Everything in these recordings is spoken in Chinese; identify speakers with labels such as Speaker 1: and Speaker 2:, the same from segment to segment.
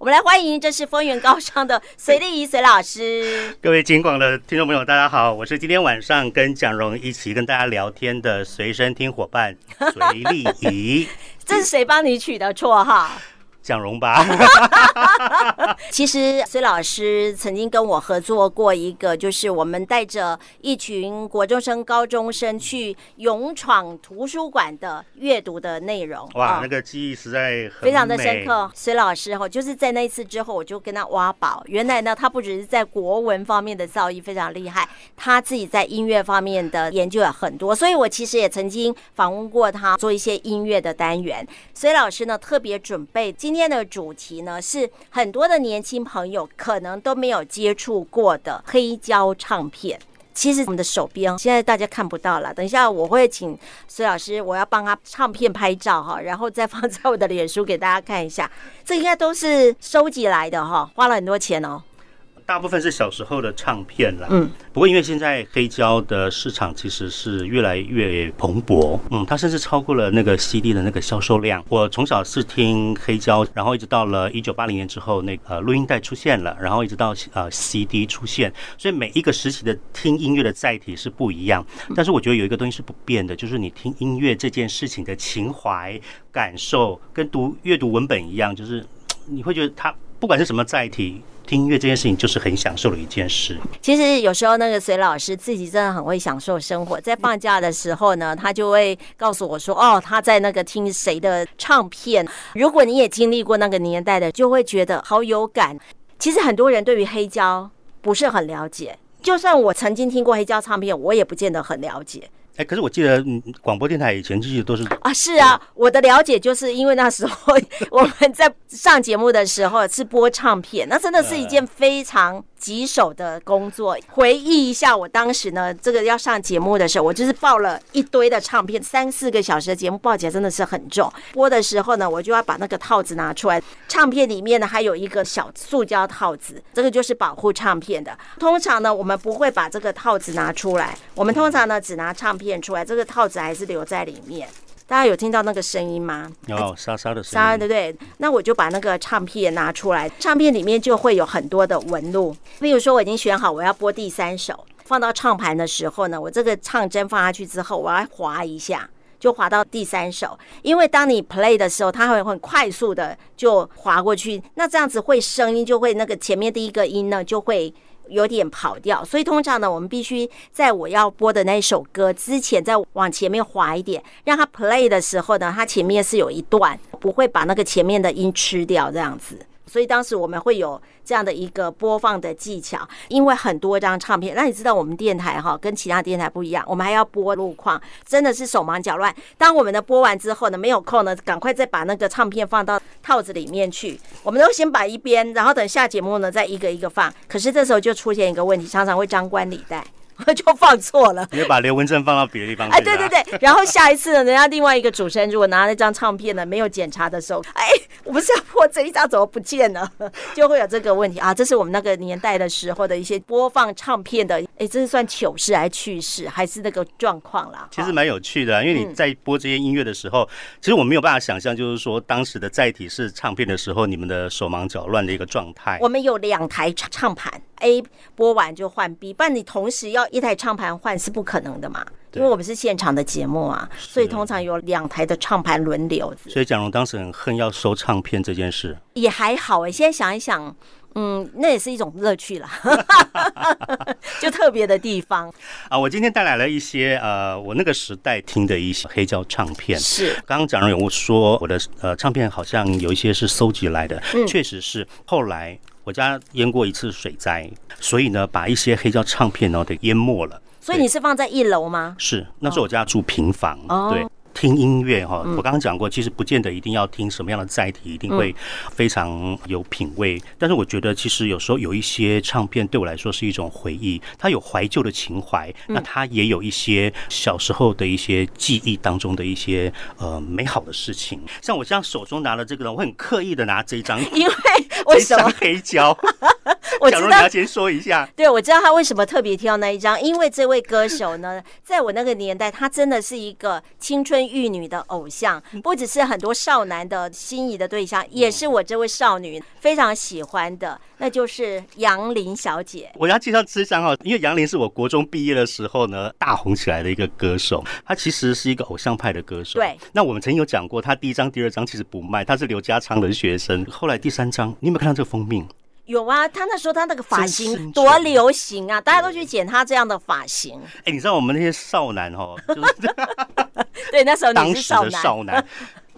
Speaker 1: 我们来欢迎，这是风云高尚 的隋立仪隋老师。
Speaker 2: 各位金广的听众朋友，大家好，我是今天晚上跟蒋荣一起跟大家聊天的随身听伙 伴隋立仪，
Speaker 1: 这是谁帮你取的绰号？
Speaker 2: 蒋 荣吧。
Speaker 1: 其实隋老师曾经跟我合作过一个，就是我们带着一群国中生、高中生去勇闯图书馆的阅读的内容。
Speaker 2: 哇，
Speaker 1: 啊
Speaker 2: 那个记忆实在很
Speaker 1: 非常的深
Speaker 2: 美
Speaker 1: 刻。隋老师哈，就是在那一次之后，我就跟他挖宝。原来呢，他不只是在国文方面的造诣非常厉害，他自己在音乐方面的研究也很多。所以我其实也曾经访问过他，做一些音乐的单元。隋老师呢，特别准备今天的主题呢，是很多的年轻朋友可能都没有接触过的黑胶唱片。其实我们的手边现在大家看不到了，等一下我会请隋老师，我要帮他唱片拍照哈，然后再放在我的脸书给大家看一下。这应该都是收集来的哈，花了很多钱哦。
Speaker 2: 大部分是小时候的唱片啦。
Speaker 1: 嗯，
Speaker 2: 不过因为现在黑胶的市场其实是越来越蓬勃，嗯，它甚至超过了那个 CD 的那个销售量。我从小是听黑胶，然后一直到了一九八零年之后，那个呃录音带出现了，然后一直到呃 CD 出现，所以每一个时期的听音乐的载体是不一样。但是我觉得有一个东西是不变的，就是你听音乐这件事情的情怀感受，跟读阅读文本一样，就是嘖你会觉得它不管是什么载体。听音乐这件事情就是很享受的一件事。
Speaker 1: 其实有时候那个隋老师自己真的很会享受生活，在放假的时候呢，他就会告诉我说：“哦，他在那个听谁的唱片。”如果你也经历过那个年代的，就会觉得好有感。其实很多人对于黑胶不是很了解，就算我曾经听过黑胶唱片，我也不见得很了解。
Speaker 2: 哎、可是我记得嗯广播电台以前其实都是
Speaker 1: 啊，是啊，我的了解就是因为那时候我们在上节目的时候是播唱片，那真的是一件非常棘手的工作。回忆一下，我当时呢，这个要上节目的时候，我就是抱了一堆的唱片，三四个小时的节目抱起来真的是很重。播的时候呢，我就要把那个套子拿出来，唱片里面呢还有一个小塑胶套子，这个就是保护唱片的。通常呢，我们不会把这个套子拿出来，我们通常呢只拿唱片出来，这个套子还是留在里面。大家有听到那个声音吗？
Speaker 2: 哦沙沙的声
Speaker 1: 嗯沙，
Speaker 2: 音
Speaker 1: 对不对？那我就把那个唱片拿出来，唱片里面就会有很多的纹路。例如说，我已经选好我要播第三首，放到唱盘的时候呢，我这个唱针放下去之后，我要滑一下。就滑到第三首，因为当你 play 的时候，它会很快速的就滑过去，那这样子会声音就会那个前面第一个音呢就会有点跑掉，所以通常呢，我们必须在我要播的那一首歌之前，再往前面滑一点，让它 play 的时候呢，它前面是有一段，不会把那个前面的音吃掉这样子。所以当时我们会有这样的一个播放的技巧，因为很多张唱片，那你知道我们电台哈跟其他电台不一样，我们还要播路况，真的是手忙脚乱。当我们的播完之后呢，没有空呢，赶快再把那个唱片放到套子里面去。我们都先摆一边，然后等下节目呢再一个一个放。可是这时候就出现一个问题，常常会张冠李戴， 就放错了。
Speaker 2: 你会把刘文正放到别的啊地方去。
Speaker 1: 哎，对对。对， 然后下一次呢，人家另外一个主持人如果拿那张唱片呢没有检查的时候， 哎，我们是要破这一张怎么不见了， 就会有这个问题啊。这是我们那个年代的时候的一些播放唱片的，哎，这是算糗事还是趣事，还是那个状况啦？
Speaker 2: 其实
Speaker 1: 哈
Speaker 2: 蛮有趣
Speaker 1: 嗯
Speaker 2: 的啊，因为你在播这些音乐的时候，其实我没有办法想象，就是说当时的载体是唱片的时候，你们的手忙脚乱的一个状态。
Speaker 1: 我们有两台唱唱盘，A 播完就换 B，不然你同时要一台唱盘换是不可能的嘛，因
Speaker 2: 对
Speaker 1: 为我们是现场的节目啊，所以通常有两台的唱盘轮流。
Speaker 2: 所以蒋荣当时很恨要收唱片这件事。
Speaker 1: 也还好哎、现在想一想，嗯，那也是一种乐趣啦， 就特别的地方
Speaker 2: 啊，我今天带来了一些呃，我那个时代听的一些黑胶唱片。
Speaker 1: 是
Speaker 2: 刚刚蒋荣有说我的呃唱片好像有一些是搜集来的，确实是。后来我家淹过一次水灾，所以呢，把一些黑胶唱片呢给淹没了。
Speaker 1: 所以你是放在一楼吗？
Speaker 2: 是，那时候我家住平房，
Speaker 1: 哦嗯
Speaker 2: 对。听音乐哈，我刚刚讲过，其实不见得一定要听什么样的载体，一定会非常有品味。但是我觉得，其实有时候有一些唱片对我来说是一种回忆，它有怀旧的情怀，
Speaker 1: 嗯
Speaker 2: 那它也有一些小时候的一些记忆当中的一些呃美好的事情。像我现在手中拿了这个呢，我很刻意的拿这一张
Speaker 1: 因为
Speaker 2: 这
Speaker 1: 为
Speaker 2: 一
Speaker 1: 什
Speaker 2: 张
Speaker 1: 么？
Speaker 2: 黑胶，
Speaker 1: 我
Speaker 2: 小
Speaker 1: 知
Speaker 2: 荣，你
Speaker 1: 道
Speaker 2: 要先说一下。
Speaker 1: 对，我知道他为什么特别挑那一张，因为这位歌手呢，在我那个年代，他真的是一个青春玉女的偶像，不只是很多少男的心仪的对象，也是我这位少女非常喜欢的，那就是杨林小姐。
Speaker 2: 我要介绍这张哦，因为杨林是我国中毕业的时候呢大红起来的一个歌手，他其实是一个偶像派的歌手。
Speaker 1: 对，
Speaker 2: 那我们曾经有讲过，他第一张、第二张其实不卖，他是刘家昌的学生。后来第三张，你有没有看到这个封面？
Speaker 1: 有啊，她那时候她那个发
Speaker 2: 真心
Speaker 1: 型
Speaker 2: 诚
Speaker 1: 多流行啊，大家都去剪她这样的发型。
Speaker 2: 哎，你知道我们那些少男哦，就是
Speaker 1: 对，那时候
Speaker 2: 当
Speaker 1: 你是
Speaker 2: 时
Speaker 1: 少
Speaker 2: 的
Speaker 1: 男，
Speaker 2: 少男。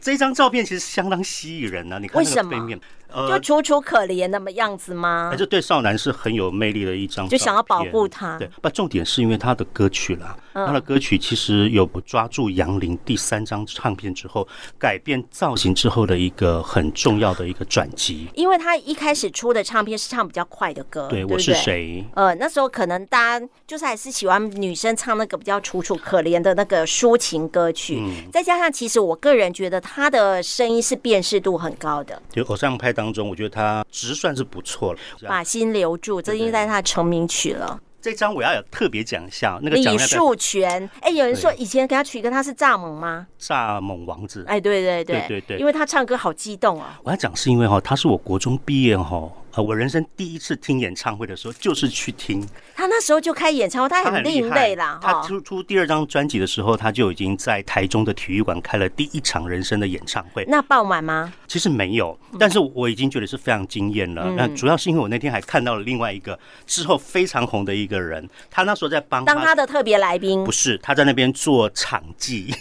Speaker 2: 这张照片其实相当吸引人啊！你看
Speaker 1: 为
Speaker 2: 那
Speaker 1: 什
Speaker 2: 个
Speaker 1: 么
Speaker 2: 背面，
Speaker 1: 就
Speaker 2: 呃，
Speaker 1: 楚楚可怜那么样子吗
Speaker 2: 哎？这对少男是很有魅力的一张照片，
Speaker 1: 就想要保护他
Speaker 2: 对，不，重点是因为他的歌曲啦，
Speaker 1: 嗯
Speaker 2: 他的歌曲其实有抓住杨林第三张唱片之后改变造型之后的一个很重要的一个转机。
Speaker 1: 因为她一开始出的唱片是唱比较快的歌，哦对
Speaker 2: 对，
Speaker 1: 不对，
Speaker 2: 我是谁？
Speaker 1: 呃，那时候可能大家就是还是喜欢女生唱那个比较楚楚可怜的那个抒情歌曲，
Speaker 2: 嗯
Speaker 1: 再加上其实我个人觉得她的声音是辨识度很高的，
Speaker 2: 就偶像派当中，我觉得他直算是不错了。这样
Speaker 1: 把心留住，这应该是她的成名曲了。
Speaker 2: 这张我要有特别讲一下，那个讲
Speaker 1: 李
Speaker 2: 那个
Speaker 1: 树全，哎，有人说以前给她取一个她是蚱蜢吗？
Speaker 2: 蚱蜢王子，
Speaker 1: 哎，对对对
Speaker 2: 对对对
Speaker 1: 因为她唱歌好激动哦。
Speaker 2: 我要讲是因为哈、他是我国中毕业哈、呃，我人生第一次听演唱会的时候，就是去听，
Speaker 1: 她那时候就开演唱会，她
Speaker 2: 他
Speaker 1: 很
Speaker 2: 很厉
Speaker 1: 另
Speaker 2: 害
Speaker 1: 类啦，
Speaker 2: 他
Speaker 1: 哈。
Speaker 2: 出出第二张专辑的时候，他就已经在台中的体育馆开了第一场人生的演唱会。
Speaker 1: 那爆满吗？
Speaker 2: 其实没有，
Speaker 1: 嗯
Speaker 2: 但是我已经觉得是非常惊艳了。那主要是因为我那天还看到了另外一个之后非常红的一个人，他那时候在帮
Speaker 1: 当她的特别来宾
Speaker 2: 不是他在那边做场记，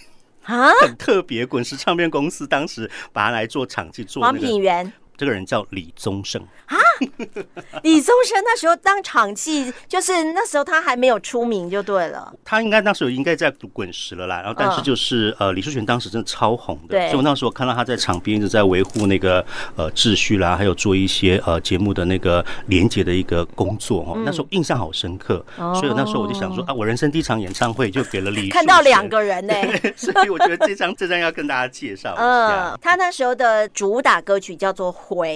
Speaker 1: 啊，
Speaker 2: 很特别。滚石唱片公司当时把他来做场记，做
Speaker 1: 黄
Speaker 2: 那
Speaker 1: 品
Speaker 2: 个
Speaker 1: 源。
Speaker 2: 这个人叫李宗盛。
Speaker 1: 李宗盛那时候当场记，就是那时候他还没有出名就对了。
Speaker 2: 他应该那时候应该在读滚石了啦，然后但是就是、呃，李淑全当时真的超红
Speaker 1: 嗯
Speaker 2: 的，
Speaker 1: 对
Speaker 2: 所以我那时候看到他在场边一直在维护那个呃秩序啦，还有做一些呃节目的那个连接的一个工作哦，那时候印象好深刻，
Speaker 1: 嗯哦
Speaker 2: 所以那时候我就想说啊，我人生第一场演唱会就给了李淑
Speaker 1: 看到
Speaker 2: 全
Speaker 1: 两，个人呢、
Speaker 2: 所以我觉得这张这张要跟大家介绍一下
Speaker 1: 嗯，，他那时候的主打歌曲叫做《回》，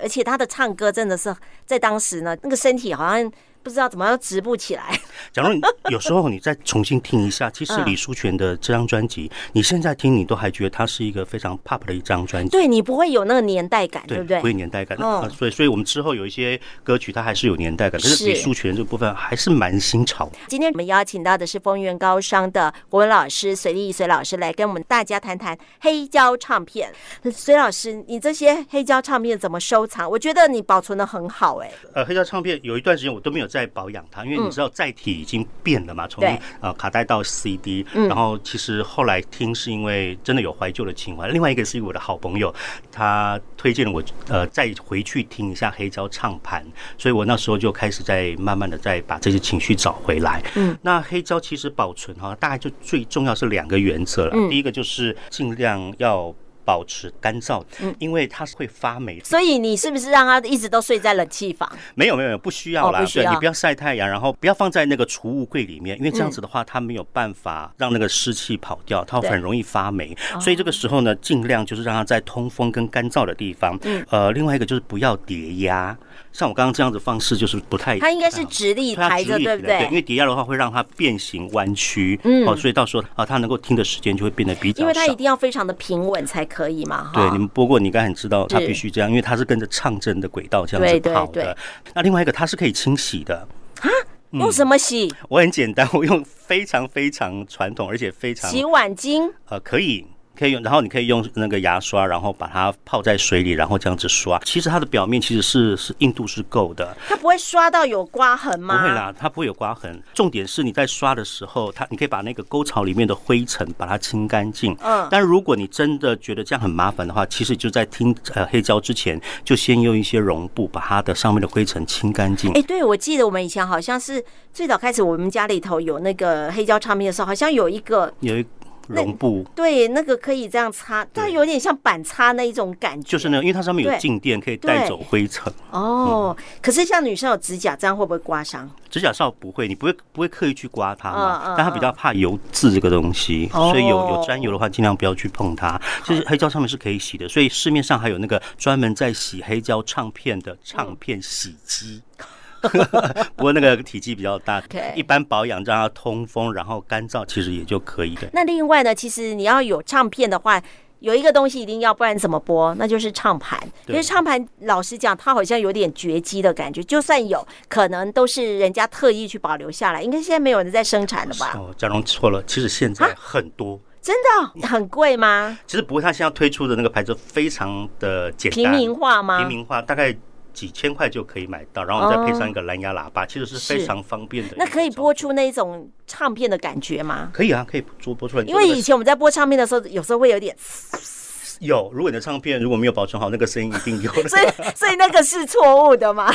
Speaker 1: 而且他的唱歌真的是在当时呢，那个身体好像不知道怎么样直不起来。
Speaker 2: 假如你有时候你再重新听一下，其实
Speaker 1: 嗯
Speaker 2: 李淑全的这张专辑，你现在听你都还觉得它是一个非常 pop 的一张专辑。
Speaker 1: 对你不会有那个年代感，对
Speaker 2: 对
Speaker 1: 不对？
Speaker 2: 有年代感。
Speaker 1: 嗯
Speaker 2: 啊所以，所以我们之后有一些歌曲，它还是有年代感。可
Speaker 1: 是
Speaker 2: 是李淑全这部分还是蛮新潮的。
Speaker 1: 今天我们邀请到的是丰源高商的国文老师隋丽隋老师来跟我们大家谈谈黑胶唱片。隋老师，你这些黑胶唱片怎么收藏？我觉得你保存的很好、哎，
Speaker 2: 呃，黑胶唱片有一段时间我都没有在保养它，因为你知道载体已经变了嘛，从
Speaker 1: 对
Speaker 2: 呃卡带到 CD，然后其实后来听是因为真的有怀旧的情怀。另外一个是我的好朋友，他推荐了我呃再回去听一下黑胶唱盘，所以我那时候就开始在慢慢的在把这些情绪找回来。嗯，那黑胶其实保存哈，大概就最重要是两个原则了，第一个就是尽量要。保持干燥，因为它是会发霉的。
Speaker 1: 所以你是不是让他一直都睡在冷气房？
Speaker 2: 没有没有没有不需要啦，
Speaker 1: 哦不需要
Speaker 2: 对你不要晒太阳，然后不要放在那个储物柜里面，因为这样子的话，它没有办法让那个湿气跑掉，它
Speaker 1: 对哦
Speaker 2: 很容易发霉。所以这个时候呢，尽量就是让它在通风跟干燥的地方。
Speaker 1: 嗯
Speaker 2: 呃，另外一个就是不要叠压，像我刚刚这样子方式就是不太。
Speaker 1: 它应该是
Speaker 2: 不太好
Speaker 1: 直立
Speaker 2: 它
Speaker 1: 抬
Speaker 2: 啊直
Speaker 1: 着，
Speaker 2: 立起
Speaker 1: 对
Speaker 2: 来
Speaker 1: 不
Speaker 2: 因
Speaker 1: 对？
Speaker 2: 为叠压的话会让它变形弯曲，嗯，哦，所以到时候啊，它能够听的时间就会变得比较少。
Speaker 1: 因为它一定要非常的平稳才可以嘛，哈。
Speaker 2: 对，你们播过，你应该很知道它
Speaker 1: 是
Speaker 2: 必须这样，因为它是跟着唱针的轨道这样
Speaker 1: 对
Speaker 2: 子
Speaker 1: 对
Speaker 2: 跑的。
Speaker 1: 对
Speaker 2: 那另外一个，它是可以清洗的。嗯
Speaker 1: 用什么洗？
Speaker 2: 我很简单， 我用非常非常传统，而且非常
Speaker 1: 洗碗巾。
Speaker 2: 呃可以。可以用，然后你可以用那个牙刷，然后把它泡在水里，然后这样子刷。其实它的表面其实是是硬度是够的，
Speaker 1: 它不会刷到有刮痕
Speaker 2: 不
Speaker 1: 吗？
Speaker 2: 会啦，它不会有刮痕。重点是你在刷的时候，它你可以把那个沟槽里面的灰尘把它清干净。
Speaker 1: 嗯
Speaker 2: 但如果你真的觉得这样很麻烦的话，其实就在听呃黑胶之前，就先用一些绒布把它的上面的灰尘清干净
Speaker 1: 哎、。对，我记得我们以前好像是最早开始，我们家里头有那个黑胶唱片的时候，好像有一个
Speaker 2: 有一绒布，
Speaker 1: 对，那个可以这样擦，它有点像板擦那一种感觉。
Speaker 2: 就是那个，因为它上面有
Speaker 1: 对
Speaker 2: 静电，可以带走灰尘。
Speaker 1: 哦，可是像女生有指甲，这样会不会刮伤？
Speaker 2: 指甲上不会，你不会不会刻意去刮它嘛？
Speaker 1: 嗯嗯
Speaker 2: 但它比较怕油渍这个东西，
Speaker 1: 哦
Speaker 2: 所以有有沾油的话，尽量不要去碰它。其实黑胶唱片是可以洗的，所以市面上还有那个专门在洗黑胶唱片的唱片洗机。 不过那个体积比较大
Speaker 1: 嗯 OK
Speaker 2: 一般保养让它通风，然后干燥，其实也就可以的。
Speaker 1: 那另外呢，其实你要有唱片的话，有一个东西一定要，不然怎么播？那就是唱盘。因
Speaker 2: 对
Speaker 1: 为唱盘，老实讲，它好像有点绝迹的感觉。就算有可能，都是人家特意去保留下来。应该现在没有人在生产了吧？啊
Speaker 2: 哦，嘉荣错了，其实现在很多。
Speaker 1: 真的哦很贵吗？
Speaker 2: 其实不过它现在推出的那个牌子非常的简单，
Speaker 1: 平民化吗？
Speaker 2: 平民化，大概几千块就可以买到，然后再配上一个蓝牙喇叭，其实是非常方便的。
Speaker 1: 哦那可以播，出那种唱片的感觉吗？
Speaker 2: 可以啊，可以播播出来。
Speaker 1: 因为以前我们在播唱片的时候，有时候会有点，
Speaker 2: 有，如果你的唱片如果没有保存好，那个声音一定 有。
Speaker 1: 所以所以那个是错误的嘛。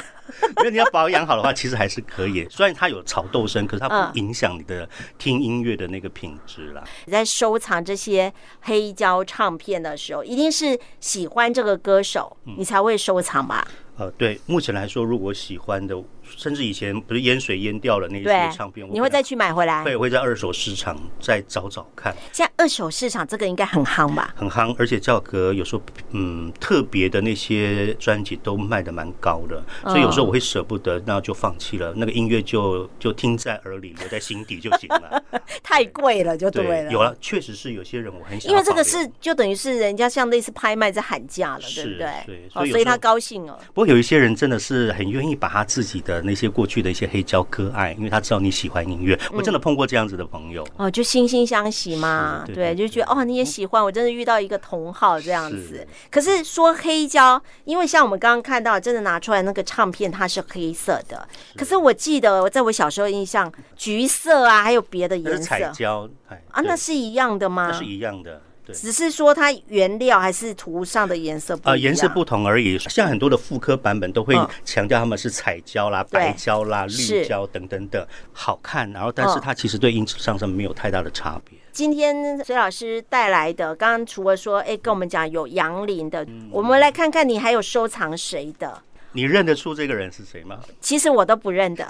Speaker 2: 因为你要保养好的话，其实还是可以。虽然它有吵斗声，可是它
Speaker 1: 嗯
Speaker 2: 不影响你的听音乐的那个品质啦。
Speaker 1: 你在收藏这些黑胶唱片的时候，一定是喜欢这个歌手，
Speaker 2: 嗯
Speaker 1: 你才会收藏吧？
Speaker 2: 呃，对，目前来说，如果喜欢的，甚至以前不是淹水淹掉了那
Speaker 1: 对
Speaker 2: 些唱片，，我
Speaker 1: 你会
Speaker 2: 可能
Speaker 1: 再去买回来。
Speaker 2: 会会在二手市场再找找看。
Speaker 1: 现在二手市场这个应该很夯吧？
Speaker 2: 很夯，而且价格有时候嗯特别的那些专辑都卖的蛮高的，
Speaker 1: 嗯
Speaker 2: 所以有时候我会舍不得，那就放弃了，那个音乐就就听在耳里，留在心底就行 了。
Speaker 1: 太贵了就对了。
Speaker 2: 有了，确实是有些人我很想
Speaker 1: 因
Speaker 2: 要
Speaker 1: 为
Speaker 2: 保留，
Speaker 1: 这个是就等于是人家像类似拍卖在喊价了，对不
Speaker 2: 是
Speaker 1: 对？
Speaker 2: 对
Speaker 1: 哦，
Speaker 2: 所以有
Speaker 1: 所以
Speaker 2: 时候
Speaker 1: 他高兴哦。
Speaker 2: 不过有一些人真的是很愿意把他自己的那些过去的一些黑胶割爱，因为他知道你喜欢音乐，我真
Speaker 1: 嗯啊
Speaker 2: 的碰过这样子的朋友。
Speaker 1: 哦，就惺惺相惜嘛，
Speaker 2: 是对
Speaker 1: 对，
Speaker 2: 对
Speaker 1: 就觉得哦，你也喜欢，我真的遇到一个同好这样子
Speaker 2: 是。
Speaker 1: 可是说黑胶，因为像我们刚刚看到，真的拿出来那个唱片它是黑色的，可是我记得我在我小时候印象，橘色啊，还有别的
Speaker 2: 那是
Speaker 1: 颜色
Speaker 2: 彩胶，哎
Speaker 1: 啊，
Speaker 2: 对
Speaker 1: 那是啊一样的吗
Speaker 2: 那？是一样的，对。
Speaker 1: 只是说它原料还是图上的颜色不一
Speaker 2: 呃，
Speaker 1: 样，
Speaker 2: 颜色不同而已。像很多的复刻版本都会
Speaker 1: 嗯
Speaker 2: 强调它们是彩胶啦、
Speaker 1: 对
Speaker 2: 白胶啦、
Speaker 1: 是
Speaker 2: 绿胶等等等，好看。然后，但是
Speaker 1: 嗯
Speaker 2: 它其实对音质上上没有太大的差别。
Speaker 1: 今天隋老师带来的，刚刚除了说，哎、跟我们讲有杨林的，
Speaker 2: 嗯
Speaker 1: 我们来看看你还有收藏谁的。
Speaker 2: 你认得出这个人是谁 吗？
Speaker 1: 其实我都不 认得，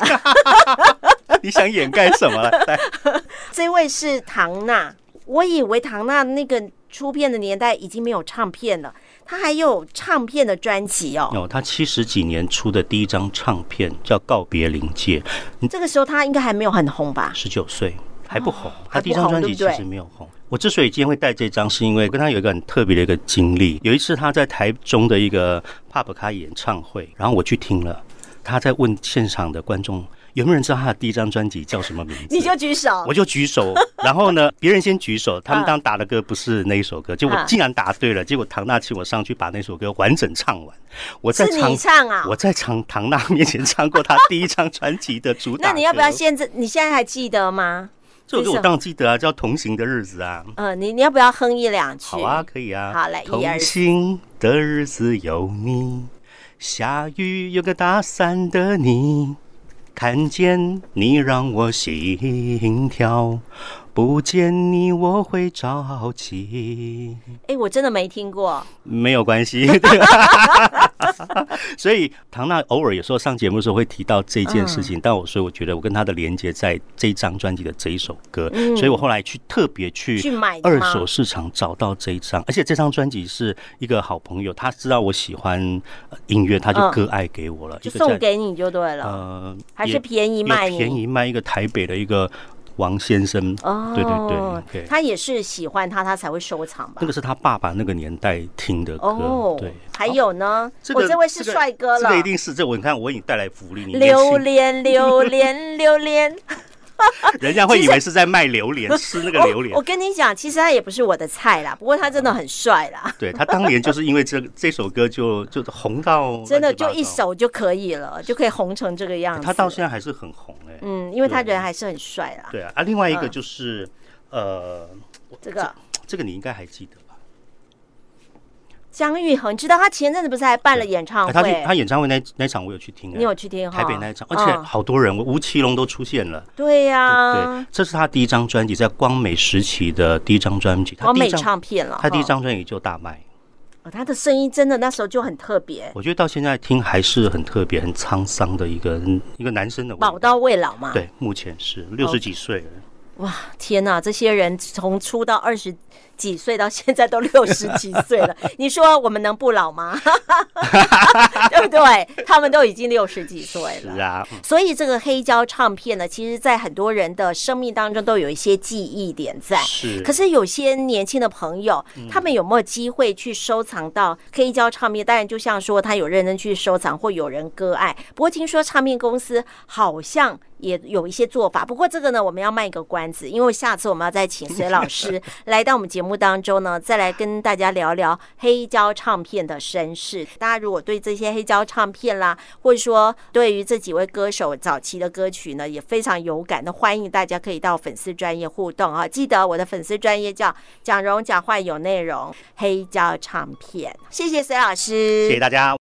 Speaker 2: 你想掩盖什么 了？来
Speaker 1: 这位是唐娜，我以为唐娜那个出片的年代已经没有唱片了，她还有唱片的专辑哦。
Speaker 2: 哦，他七十几年出的第一张唱片叫《告别临界》，
Speaker 1: 这个时候她应该还没有很红吧？
Speaker 2: 十九岁还不红，
Speaker 1: 啊还
Speaker 2: 他
Speaker 1: 不
Speaker 2: 第一张
Speaker 1: 红
Speaker 2: 专
Speaker 1: 对
Speaker 2: 辑
Speaker 1: 不对
Speaker 2: 其实没有红。我之所以今天会带这张，是因为跟他有一个很特别的一个经历。有一次他在台中的一个 pub 开演唱会，然后我去听了，他在问现场的观众有没有人知道他的第一张专辑叫什么名字。
Speaker 1: 你就举手
Speaker 2: 我，就举手，然后呢，别人先举手，他
Speaker 1: 嗯
Speaker 2: 们当打的歌不是那一首歌，结果
Speaker 1: 嗯
Speaker 2: 竟然答对了，结果唐娜请我上去把那首歌完整唱完。我在
Speaker 1: 是
Speaker 2: 唱
Speaker 1: 你，唱啊
Speaker 2: 我？在唐唐娜面前唱过她第一张专辑的主打
Speaker 1: 那你要不要
Speaker 2: 歌
Speaker 1: 现在？你现在还记得吗？
Speaker 2: 这首
Speaker 1: 这
Speaker 2: 歌
Speaker 1: 首
Speaker 2: 我当然记得啊，叫《同行的日子》啊。
Speaker 1: 呃，你你要不要哼一两句？
Speaker 2: 好啊，，可以啊。
Speaker 1: 好来一二
Speaker 2: 同行的日子有你，下雨有个打伞的你，看见你让我心跳，不见你我会着急。
Speaker 1: 哎、我真的没听过。
Speaker 2: 没有关系， 所以唐娜偶尔有时候上节目的时候会提到这件事
Speaker 1: 嗯
Speaker 2: 情，但我所以我觉得我跟她的连接在这张专辑的这一首歌，所以我后来去特别去
Speaker 1: 嗯去买的
Speaker 2: 二
Speaker 1: 吗
Speaker 2: 手市场找到这一张，而且这张专辑是一个好朋友，他知道我喜欢呃音乐，他就
Speaker 1: 嗯
Speaker 2: 割爱给我了，
Speaker 1: 就
Speaker 2: 一个
Speaker 1: 送
Speaker 2: 在
Speaker 1: 给你就对了，
Speaker 2: 呃
Speaker 1: 还是
Speaker 2: 也
Speaker 1: 便宜卖
Speaker 2: 也
Speaker 1: 你？
Speaker 2: 便宜卖一个台北的一个王先生，
Speaker 1: 哦，
Speaker 2: 对对对对，
Speaker 1: 他也是喜欢他，他才会收藏吧
Speaker 2: 那？个是他爸爸那个年代听的歌
Speaker 1: 哦，，
Speaker 2: 对。
Speaker 1: 还有呢，
Speaker 2: 这
Speaker 1: 我
Speaker 2: 个
Speaker 1: 这位是帅哥
Speaker 2: 这
Speaker 1: 了
Speaker 2: 个，一定是这我你看我已经带来福利，你年
Speaker 1: 榴
Speaker 2: 轻
Speaker 1: 莲，榴莲，榴莲，
Speaker 2: 人家会以为是在卖榴莲，吃那个榴
Speaker 1: 我
Speaker 2: 莲
Speaker 1: 哦我。跟你讲，其实他也不是我的菜啦，不过他真的很帅啦，
Speaker 2: 对他当年就是因为这这首歌就就红到
Speaker 1: 真的
Speaker 2: 哦乱七八
Speaker 1: 就
Speaker 2: 糟
Speaker 1: 一，首就可以了，就可以红成这个样子。
Speaker 2: 他到现在还是很红哎。
Speaker 1: 嗯，因为他人还是很帅啦。
Speaker 2: 对啊，啊，另外一个
Speaker 1: 嗯
Speaker 2: 就是呃，
Speaker 1: 这个
Speaker 2: 这个你应该还记得吧？
Speaker 1: 姜育恒，知道他前阵子不是还办了演唱
Speaker 2: 哎
Speaker 1: 哦会？
Speaker 2: 他去他演唱会那那场我有去听，哎
Speaker 1: 你有去听哈？
Speaker 2: 台北那一场，而且
Speaker 1: 嗯
Speaker 2: 好多人，吴奇隆都出现了。
Speaker 1: 对呀、嗯哦
Speaker 2: 对，这是他第一张专辑，在光美时期的第一张专辑。他
Speaker 1: 光
Speaker 2: 第一
Speaker 1: 美
Speaker 2: 张，
Speaker 1: 唱哦片了哈，
Speaker 2: 他第一张专辑就大卖。
Speaker 1: 哦，他的声音真的那时候就很特别，
Speaker 2: 我觉得到现在听还是很特别、很沧桑的一个一个男生的味道
Speaker 1: 宝刀未老嘛。，
Speaker 2: 对，目前是六十几岁了。
Speaker 1: 哇，天哪，这些人从出道二十几岁到现在都六十几岁 了，你说我们能不老吗？对不对？他们都已经六十几岁
Speaker 2: 是
Speaker 1: 了。
Speaker 2: 啊，嗯
Speaker 1: 所以这个黑胶唱片呢，其实，在很多人的生命当中都有一些记忆点在。
Speaker 2: 是。
Speaker 1: 可是有些年轻的朋友，他们有没有机会去收藏到黑胶唱片？当然，就像说他有认真去收藏，或有人割爱。不过听说唱片公司好像也有一些做法。不过这个呢，我们要卖个关子，因为下次我们要再请隋老师来到我们节目当中呢，再来跟大家聊聊黑胶唱片的身世。大家如果对这些黑胶唱片啦，或者说对于这几位歌手早期的歌曲呢，也非常有感。那欢迎大家可以到粉丝专业互动啊！记得我的粉丝专业叫“蒋荣讲话有内容”黑胶唱片。谢谢隋老师，
Speaker 2: 谢谢大家。